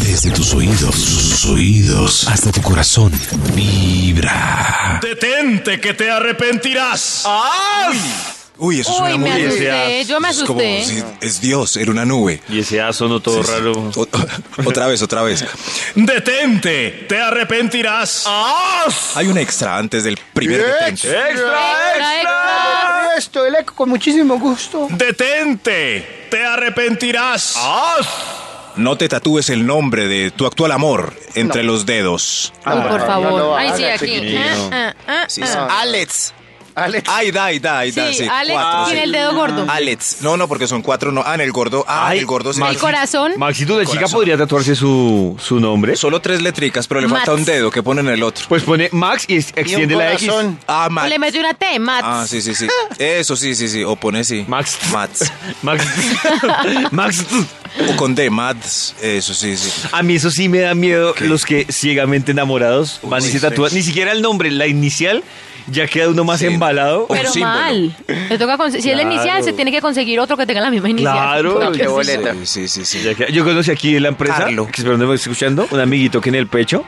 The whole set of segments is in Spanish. Desde tus oídos, sus oídos, hasta tu corazón. Vibra. Detente que te arrepentirás. ¡Ah! Uy, eso Uy, suena me muy bien. asusté, yo me Es como asusté. si es Dios, era una nube. Y ese A sonó todo raro. O- otra vez, otra vez. Detente, te arrepentirás. ¡Ah! Hay un extra antes del primer detente. Extra, extra. Esto, el eco, con muchísimo gusto. Detente, te arrepentirás. No te tatúes el nombre de tu actual amor entre los dedos. Uy, por favor. no, Ay, sí, hágale, aquí. chiquitín. Ah, ah, ah, Sí, ah. sí. Alex. Alex. Ay, da, ay, da, ay, da. Sí, sí, Alex cuatro, tiene sí. el dedo gordo. Alex. No, no, porque son cuatro. No. Ah, en el gordo. Ah, Ay, en el gordo. sí. El corazón. Maxito, la chica Corazón. podría tatuarse su, su nombre. Solo tres letricas, pero le Max. falta un dedo que ponen en el otro. Pues pone Max y es- Y un extiende la X. corazón. Ah, O Max. le mete una T, Mats. Ah, sí, sí, sí. Eso sí, sí, sí. O pone sí. Max. Mats. Max. Max. O con D, Mads. Eso sí, sí. A mí eso sí me da miedo los que ciegamente enamorados van y Uy, se tatúan. Ni siquiera el nombre, la inicial, ya queda uno más Sí. embalado. O- un Pero símbolo. mal. Le toca conse- si es la Claro. inicial, se tiene que conseguir otro que tenga la misma inicial. Claro. Porque- Qué boleta. Sí, sí, sí. sí. Ya queda- Yo conocí aquí en la empresa, Carlo. que espero no me esté escuchando, un amiguito que en el pecho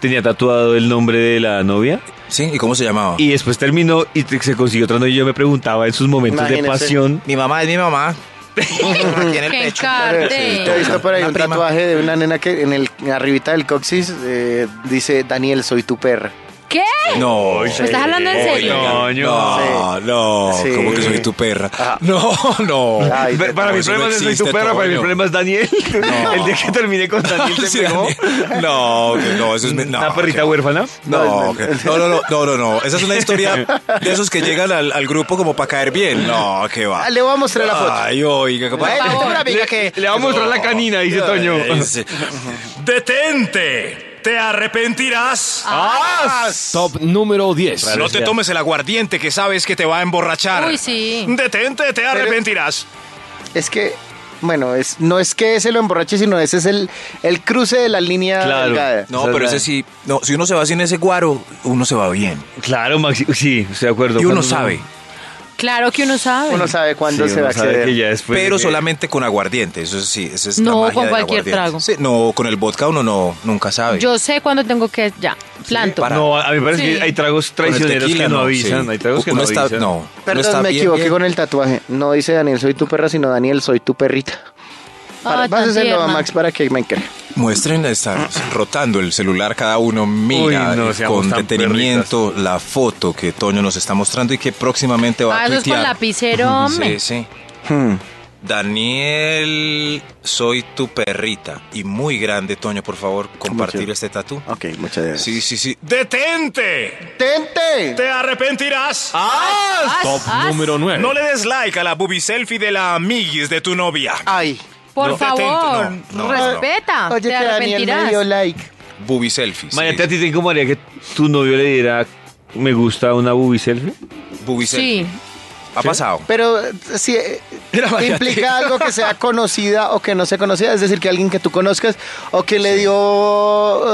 tenía tatuado el nombre de la novia Sí, ¿y cómo se llamaba? y después terminó y te- se consiguió otra novia. Y Yo me preguntaba en sus momentos de Imagínese. pasión. Mi mamá es mi mamá. Aquí en el Qué pecho. Yo he encarte. visto por ahí Una un prima. tatuaje de una nena que en el arribita del coxis eh, dice Daniel, soy tu perra. ¿Qué? No. ¿Me estás hablando en serio? no, No, no, Sí. Ah. ¿cómo que soy tu perra? No, no. Ay, Pe- Para no, mí el eso problema no no soy tu existe, perro, para mí el Toño. problema es Daniel. El día que terminé con Daniel se Sí, pegó. Daniel. No, que no, eso es... me- No, Una perrita que- huérfana. No, que- no, no, no, no, no, no. Esa es una historia de esos que llegan al, al grupo como para caer bien. No, que va. Ah, le voy a mostrar la foto. Ay, oiga, capaz. Bueno, tengo una amiga que... Le va a mostrar la canina, dice Toño. Sí. Detente, te arrepentirás. Top número 10. No te tomes el aguardiente que sabes que te va a emborrachar. Uy, sí. Detente, te arrepentirás. Es que, bueno, es, no es que ese lo emborrache, sino ese es el, el cruce de la línea Claro. delgada. No, pero ese sí. No, si uno se va sin ese guaro, uno se va bien. Claro, Maxi. Sí, estoy de acuerdo. Y uno Cuando sabe, Claro que uno sabe. Uno sabe cuándo Sí, se uno va a sabe acceder. que ya después de pero que- solamente con aguardiente. Eso sí, esa es No, la magia con del cualquier aguardiente. trago. Sí, no, con el vodka uno no, nunca sabe. Yo sé cuándo tengo que. Ya. Planto. para- No, a mí me parece Sí. que hay tragos Con el traicioneros tequila, que no avisan. sí. Hay tragos que Uno no está- avisan. No, uno está Perdón, me bien, equivoqué bien. con el tatuaje. No dice Daniel, soy tu perra, sino Daniel, soy tu perrita. Para, Ay, tan páseselo a tierna. Max para que me crea. Muestren, están rotando el celular cada uno, mira Uy, no, eh, seamos con tan detenimiento la foto que Toño nos está mostrando y que próximamente va Ah, a eso es con tuitear. lapicero, Sí, hombre. sí. Hmm. Daniel, soy tu perrita. Y muy grande, Toño, por favor, compartir este tatú. Ah. Ok, muchas gracias. Sí, sí, sí. Detente, ¡Tente! te arrepentirás. Ah, Ah, Top número 9. No le des like a la booby selfie de la amiguis de tu novia. ¡Ay! Por No, favor, detente, no, no, respeta. Oye, te que Daniel me dio arrepentirás. like. Booby selfie. sí. Mañana, ¿a ti te incomodaría que tu novio le diera me gusta a una boobie selfie? Booby Sí. selfie. Ha pasado. Pero eh, si eh, implica algo que sea conocida o que no sea conocida, es decir, que alguien que tú conozcas o que le dio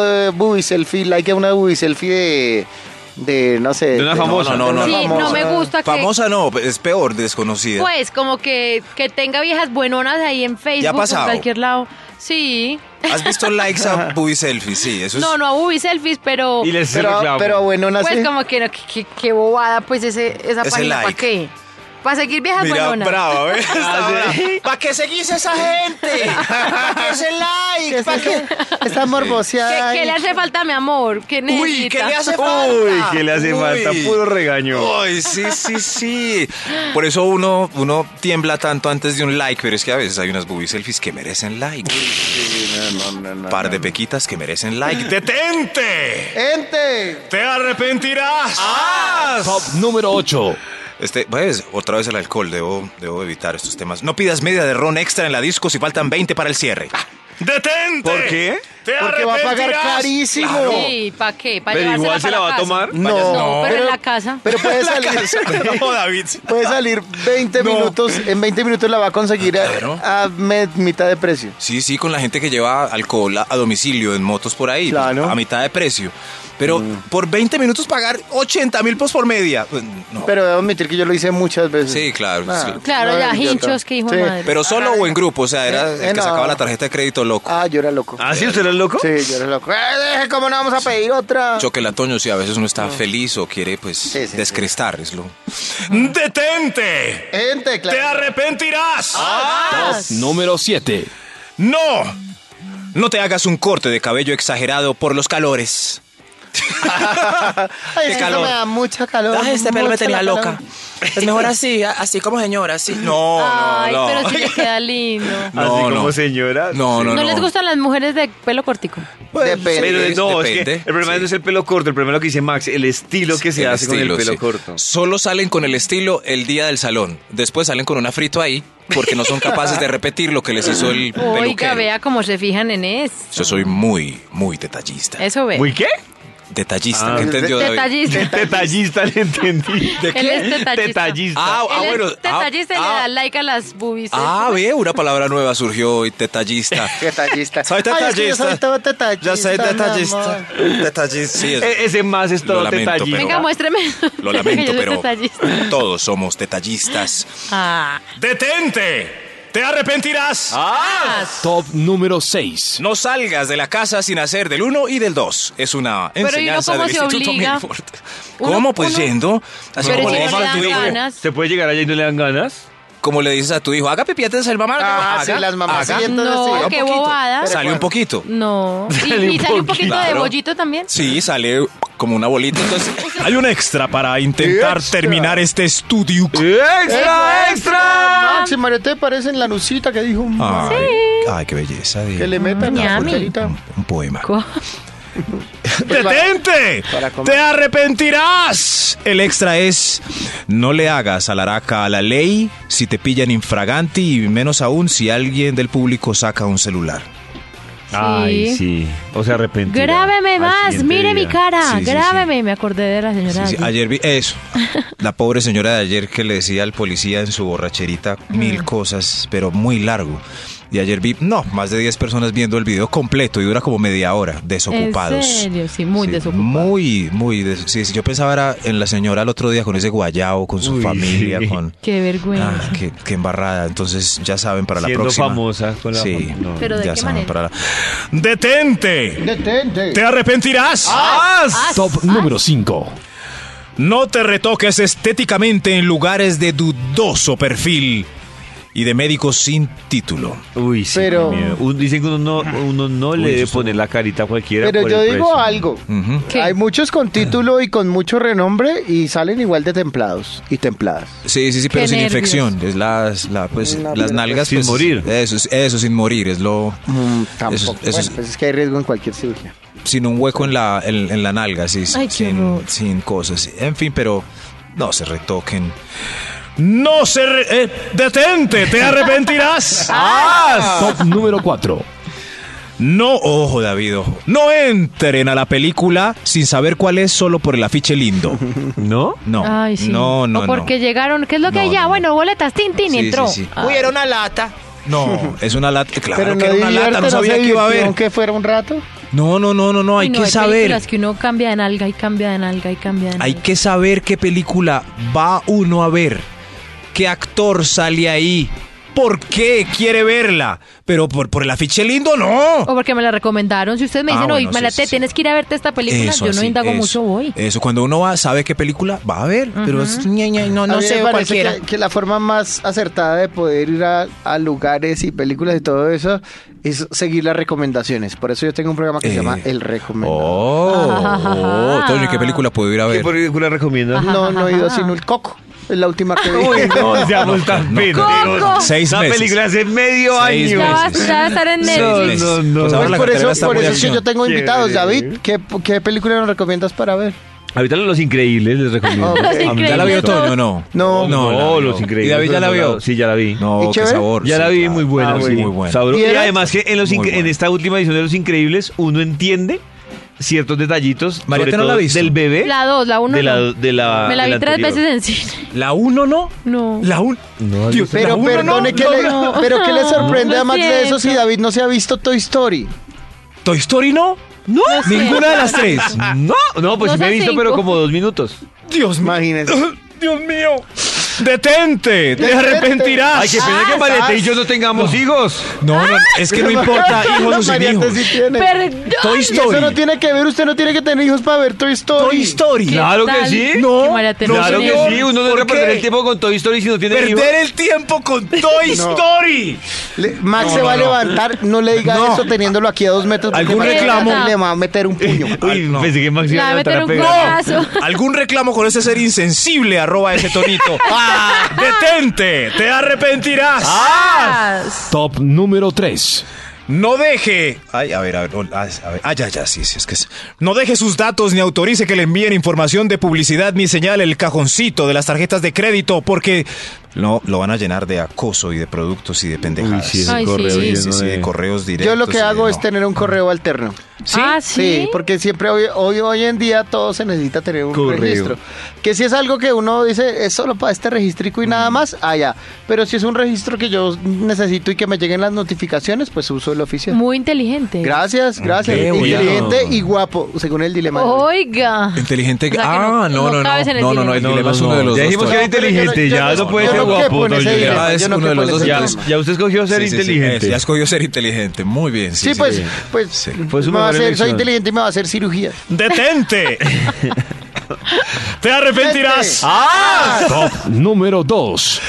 eh, booby selfie, like a una booby selfie de, de no sé, De una famosa. No, no, de una sí, no famosa. me gusta que. Famosa no, es peor, desconocida. Pues, como que, que tenga viejas buenonas ahí en Ya ha Facebook, en pasado. cualquier lado. Sí. ¿Has visto likes a booby selfie? Sí, eso es. No, no a booby selfies, pero. Y les Oh. Pero, reclamo. pero bueno, nace. Pues como que, no, que, que- que bobada, pues ese, esa Ese página, like. ¿para qué? Para seguir viejas Mira, buenonas. brava, Ah, ¿ves? ¿Para qué seguís a esa gente? ¿Para ese like? ¿Para qué? Está ¿Qué, morboseada. qué le ahí. hace falta a mi amor? ¿Qué necesita? Uy, ¿qué le hace falta? Uy, que le hace ah, Uy. falta puro regaño. Oh. Ay, sí, sí, sí. Por eso uno, uno tiembla tanto antes de un like, pero es que a veces hay unas booby selfies que merecen like. Par de pequitas que merecen like. Detente, ¡Gente! te arrepentirás. Top número 8. Este, pues, otra vez el alcohol, debo, debo evitar estos temas. No pidas media de ron extra en la disco si faltan 20 para el cierre. Ah. Detente. ¿Por qué? Te Porque va a pagar arrepentirás. carísimo. Sí, ¿para qué? ¿Para Pero igual se la va a tomar. No, No, pero en la casa. Pero puede salir. No, David. Puede salir 20 minutos, en 20 minutos la va a conseguir a, Claro. a me- mitad de precio. Sí, sí, con la gente que lleva alcohol a, a domicilio en motos por ahí, Claro. Mm. a mitad de precio. Pero por 20 minutos pagar 80 mil posts por media. pues, No. Pero debo admitir que yo lo hice muchas veces. Ah, Sí, claro, sí. Claro, ya, idiota. hinchos, que hijo de madre. Pero solo o en grupo, o sea, era Eh, el que no. sacaba la tarjeta de crédito loco. Ah, yo era loco. ¿Ah, sí? ¿Usted era loco? Sí, yo era loco. Eh, deje, ¿Cómo no vamos a pedir otra? Choquelatoño, si a veces uno está feliz o quiere, pues, Mm. Sí, Ah. sí, sí. descrestar, es lo... ¡Detente! Gente, ¡Te claro. arrepentirás! Número 7. ¡No! No te hagas un corte de cabello exagerado por los calores. Ay, qué sí, calor. este me da mucha calor. mucha la calor. Es mejor así, a- así como señora, así. No, Ay, no, no. pero sí le queda lindo. No, Así como no. señora. No, ¿No, no, no. les gustan las mujeres de pelo cortico? Depende. Pero eh, Sí, no, es que depende, el problema sí. no es el pelo corto, el problema es lo que dice Max, el estilo que se El hace con el estilo, pelo sí. corto. Solo salen con el estilo el día del salón. Después salen con un afrito ahí porque no son capaces de repetir lo que les hizo el Oiga, peluquero. vea cómo se fijan en eso. Yo soy muy, muy detallista. Eso ve. ¿Muy qué? Detallista, Ah. ¿me entendió David? detallista. Detallista, le entendí. Él es detallista. Detallista. Ah, ah, Él es bueno. ah, detallista y le ah, da like a las boobies. Ah, ve, una palabra nueva surgió hoy, detallista. Detallista. Soy Ay, es que yo soy detallista. todo detallista. Ya soy mi detallista. amor. Detallista, sí, es- E- ese más es Lo todo lamento, detallista. pero- Venga, muéstreme. Lo lamento, Yo soy pero detallista. todos somos detallistas. Ah. ¡Detente! ¡Te arrepentirás! Top número 6. Ah. No salgas de la casa sin hacer del 1 y del 2. Es una Pero ¿y uno enseñanza cómo del se Instituto obliga? Milford. Uno- ¿Cómo? Pues uno- yendo. Así Pero como, si le pues, no dices le a tu dan hijo, ganas. ¿Se puede llegar allá y no le dan ganas? como le dices a tu hijo, haga pipi antes del mamá. Ah, haga, sí, las mamás. haga. sí, entonces No, sí. qué bobada. Pero Sale un bueno. poquito. No. Y- Sale y, un sale un poquito. poquito de Claro. bollito también. Sí, sale como una bolita. Entonces, hay un extra para intentar Extra. terminar este estudio. ¡Extra, extra! Max y María, ¿te parecen la nucita que dijo? Ay, ay, qué belleza. de- Que le metan la Miami. porquerita. un, un poema. Co- Pues ¡Detente! para comer. ¡Te arrepentirás! El extra es: no le hagas alaraca a la ley si te pillan infraganti y menos aún si alguien del público saca un celular. Ay, sí. O sea, arrepentido. Grábeme más, mire mi cara, Sí, sí, grábeme. Me acordé de la señora. Sí, sí, allí. ayer vi eso. La pobre señora de ayer que le decía al policía en su borracherita Mm. mil cosas, pero muy largo. Y ayer vi, no, más de 10 personas viendo el video completo y dura como media hora, desocupados. En serio, sí, muy Sí, desocupado. Muy, muy. des- sí, sí, yo pensaba era en la señora el otro día con ese guayao, con su Uy, familia, sí. con. Qué vergüenza. Ah, qué, qué embarrada. Entonces, ya saben, para Siendo la próxima. famosa con la Sí, fam- no. Pero ¿de ya qué saben, manera? para la- ¡Detente! Detente. ¡Te arrepentirás! Top número 5. No te retoques estéticamente en lugares de dudoso perfil y de médicos sin título. Uy, sí. Pero- qué miedo. Un- Dicen que uno no, uno no le debe poner la carita a cualquiera. Pero por yo el digo precio. algo. Ujú. ¿Qué? Hay muchos con título y con mucho renombre y salen igual de templados y templadas. Sí, sí, sí, pero Qué sin nervios. infección. Es las, la- pues, No, las pero nalgas. sin pues, morir. Eso, es- eso, sin morir. Es lo. Mm, tampoco. Eso es- eso es- Bueno, pues es que hay riesgo en cualquier cirugía. sin un hueco en la, en, en la nalga, sí, Ay, qué sin, horror. sin cosas. En fin, pero no se retoquen. ¡No se... re- eh, ¡Detente! ¡Te arrepentirás! Ah. Top número 4. Ah. No, ojo, David, ojo. No entren a la película sin saber cuál es solo por el afiche lindo. ¿No? No, Ay, sí. no, no. O porque no. llegaron, ¿qué es lo que No, hay ya? no, no. Bueno, boletas, Tintín y Sí, sí, entró. sí. Ah. una lata. No, es una lata. Claro Pero que no era una lata, divierte, no sabía se que iba divirtió, a haber. Aunque fuera un rato. No, no, no, no, no, hay Uy, no, que saber. películas que uno cambia de nalga y cambia de nalga y cambia de nalga. Hay que saber qué película va uno a ver, qué actor sale ahí, por qué quiere verla. Pero por, por el afiche lindo, no. O porque me la recomendaron. Si ustedes me Ah, dicen, oye, bueno, sí, Malate, sí. tienes que ir a verte esta película, yo no así, indago eso. mucho, voy. Eso, cuando uno va, sabe qué película va a ver, pero es ñe, ñe, no, A no mí me sé, parece cualquiera. Que, que la forma más acertada de poder ir a, a lugares y películas y todo eso es seguir las recomendaciones. Por eso yo tengo un programa que Eh. se llama El Recomendado. Oh, Ah. oh, Toño, ¿qué película puedo ir a ¿Qué ver? película recomiendas? No, no he ido sino el coco. Es la última que vi. Uy, no, seamos tan no, pendejos. Coco. Seis Esa meses. película hace medio Seis año. Ya meses. vas ya vas a estar en Seis Netflix. meses. No, no, Pues no. ahora Pues la por cartera eso, está por muy eso es que acción. yo tengo Chévere. invitados, David. ¿Qué, qué película nos recomiendas para ver? Ahorita Los Increíbles les recomiendo. Los A mí- Oh, Increíbles. ¿Ya la vio Toño? No. No. no, la vio. Los Increíbles. ¿Y David ya la vio? Sí, ya la vi. ¿Y No, qué chévere? sabor. Ya sí, la vi, claro. muy buena, Ah, sí, bueno. muy buena. Sabroso. ¿Y Y, era? además que en, los Muy incre- en buena. esta última edición de Los Increíbles uno entiende ciertos detallitos María, sobre ¿te no la todo viste? del bebé. La dos, la uno de la, no. de la- me la de vi tres anterior. veces en cine. ¿La uno no? No. La uno. No, Dios, la Pero uno perdone, no, que no, le, no. pero ¿qué le sorprende Lo a Max de eso si siento. David no se ha visto Toy Story? ¿Toy Story no? No, sé. Ninguna de las tres. no, no, pues sí No me he son visto, cinco. pero como dos minutos. Dios mío. Imagínense. Dios mío. Detente, te arrepentirás. Ay, qué pena Ah, que Marieta y yo no tengamos hijos. No, no, es que no importa, hijos o sin Mariana hijos. sí tiene. Perdón. Toy Y eso Story. no tiene que ver, usted no tiene que tener hijos para ver Toy Story. Toy Story. ¿Qué Claro que tal? sí. Que No, María te claro que enseñe. sí, uno no ¿Por debe perder qué? el tiempo con Toy Story si no tiene hijos. Perder el tiempo con Toy No. Story. Le- Max No, se no, va a no. levantar, no le diga No. eso teniéndolo aquí a dos metros. porque ¿Algún Max reclamo? Le va a meter un puño. Uy, Ay, no. pensé que Max Le iba va a a levantar meter a un pegar. codazo. ¿Algún reclamo con ese ser insensible? Arroba ese tonito. Ah, detente, te arrepentirás. Top número 3. No deje, Ay, a ver, a ver, ol- ah, a ver. Ah, ya, ya, sí, sí, es que es. no deje sus datos ni autorice que le envíen información de publicidad ni señale el cajoncito de las tarjetas de crédito porque No, lo van a llenar de acoso y de productos y de pendejadas. sí, Ay, correo sí. sí, lleno sí, sí, de correos directos. Yo lo que y de hago es no. tener un correo alterno. Ah, sí. porque siempre hoy, hoy, hoy en día todo se necesita tener un Correo. registro. Que si es algo que uno dice, es solo para este registrico y nada más, allá. Pero si es un registro que yo necesito y que me lleguen las notificaciones, pues uso el oficial. Muy inteligente. Gracias, gracias. Qué bueno. Inteligente y guapo, según el dilema. de hoy. Oiga. Inteligente. O sea, que ah, no, no, no. cabes en el No, no, no, dilema. el No, dilema no, es uno de no. los Ya dos. dijimos que todavía. era inteligente, ya no puede yo ser no quepo guapo. en no, ese ya. dilema, Ah, es yo no uno de quepo los en dos, ese Ya, dilema. ya usted escogió ser Sí, sí, sí, inteligente. es, ya escogió ser inteligente. Muy bien. Sí, Sí, sí, pues, sí. pues, Sí. Fue su me va a mejor hacer- soy elección. inteligente y me va a hacer cirugía. detente. te arrepentirás. Número 2.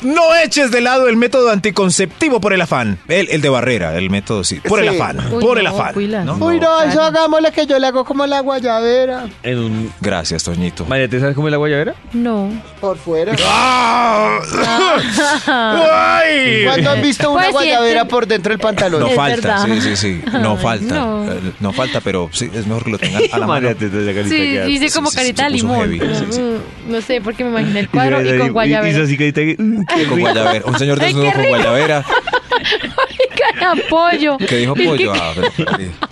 No eches de lado el método anticonceptivo por el afán. El, el de barrera, el método sí. Por el Sí. afán, Uy, por el no, afán. Pilas. ¿no? Uy, no, eso claro. hagámosle que yo le hago como la guayabera. En un... Gracias, Toñito. María, ¿te sabes cómo es la guayabera? No. Por fuera. ¡Ah! ¡Ay! ¿Cuándo han visto una Pues sí, guayabera enten- por dentro del pantalón? No Es falta, verdad. sí, sí, sí. No Ay, falta. no. Eh, No falta, pero sí, es mejor que lo tengan a Ah, la mano. María, te te- la carita Sí, que hace. dice como sí, sí, carita de se puso limón. heavy, sí, sí. Mm, No sé, porque me imaginé el Y se cuadro ve y, ahí, con hizo guayabera. así carita que... mm, qué Con rico. guayabera. Un señor Ay, desnudo qué con rico. guayabera. Oiga, pollo. que dijo Es pollo? que- Ah, pero- pero-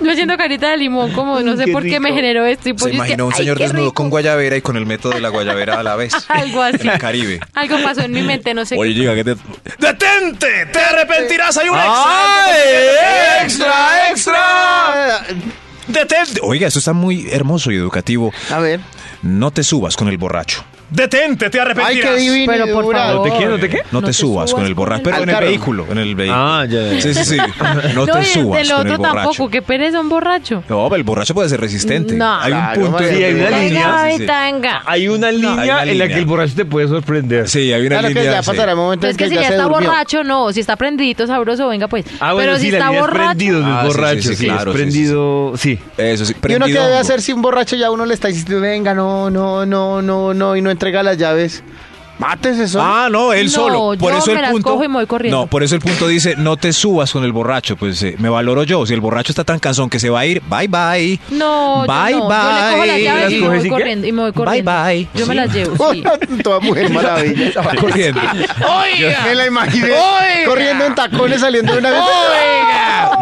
Yo siento carita de limón, como no Mm, sé qué por qué me rico. generó esto. Y pollo Se es que, imaginó un ay, señor qué desnudo rico. con guayabera y con el método de la guayabera a la vez. Algo así. El Caribe. Algo pasó en mi mente, no sé. diga, ¿qué te...? ¡Detente! ¡Te arrepentirás! ¡Hay un extra! ¡Extra, extra! Ah, ¡Detente! Oiga, eso está muy hermoso y educativo. A ver. No te subas con el borracho. ¡Detente! ¡Te Ay, qué arrepentirás! divino. Pero por ¿No favor. te quiero, no te qué? No, te, subas, con el borracho. Pero Al en el carro. vehículo. En el vehículo. Ah, ya, ya. Sí, sí, sí. No, te y subas el con el otro borracho. tampoco, que pereza un borracho. No, pero el borracho puede ser resistente. No. Hay un Claro, punto. María, en Sí, hay el una que- línea. Venga, Sí, sí, sí. tanga. Hay una línea hay una en la que línea. el borracho te puede sorprender. Sí, hay una Claro que línea. ya sí. pasará el momento Pero es en que que si ya ya se está durmió. borracho, no. Si está prendidito, sabroso, venga pues. Ah, bueno, Pero sí, si la está línea es borracho. prendido, no es Ah, sí, sí, borracho. sí, sí, claro, es sí, sí, sí. prendido, sí. Eso sí, Y uno que debe prendidongo. hacer si un borracho ya uno le está diciendo, venga, no, no, no, no, no, y no entrega las llaves. Mátese eso. Ah, no, él No, solo. Por yo eso me el las punto. cojo y me voy corriendo. No, por eso el punto dice, no te subas con el borracho, pues eh, me valoro yo. Si el borracho está tan cansón que se va a ir, bye bye. No, yo Bye, no. Yo le cojo bye. las ¿Las llaves y coges y me voy qué? corriendo. Y me voy corriendo. bye. Yo me Sí. las llevo, sí. Toda mujer maravilla. Va corriendo. Me la imaginé corriendo en tacones saliendo de una vez.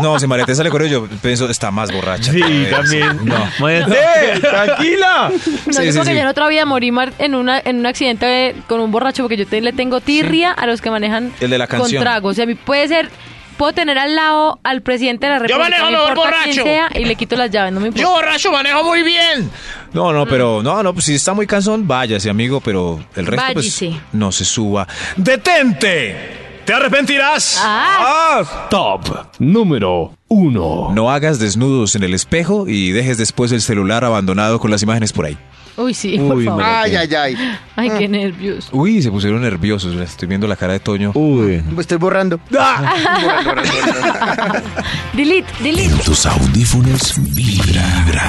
No, si María te sale corriendo, yo pienso, está más borracha. Sí, todavía, también. No. María, ¡eh, ¡Tranquila! No, Sí, yo sí, creo que sí. yo en otra vida morí mar- en, una, en un accidente de- con un borracho porque yo te- le tengo tirria a los que manejan El de la con canción. trago. O sea, a mí puede ser, puedo tener al lado al presidente de la República, manejo no mejor importa quién borracho. sea, y le quito las llaves, no me importa. borracho manejo muy bien! No, no, pero no, no, pues, si está muy cansón, váyase, amigo, pero el resto pues, Váyase. no se suba. ¡Detente! ¡Te arrepentirás! Ah, Top número 1. No hagas desnudos en el espejo y dejes después el celular abandonado con las imágenes por ahí. uy, sí, por Uy, favor. madre. Ay, ay, ay. Ay, qué nervios. Uy, se pusieron nerviosos. Estoy viendo la cara de Toño. Uy. Me estoy borrando. delete, delete. En tus audífonos vibra.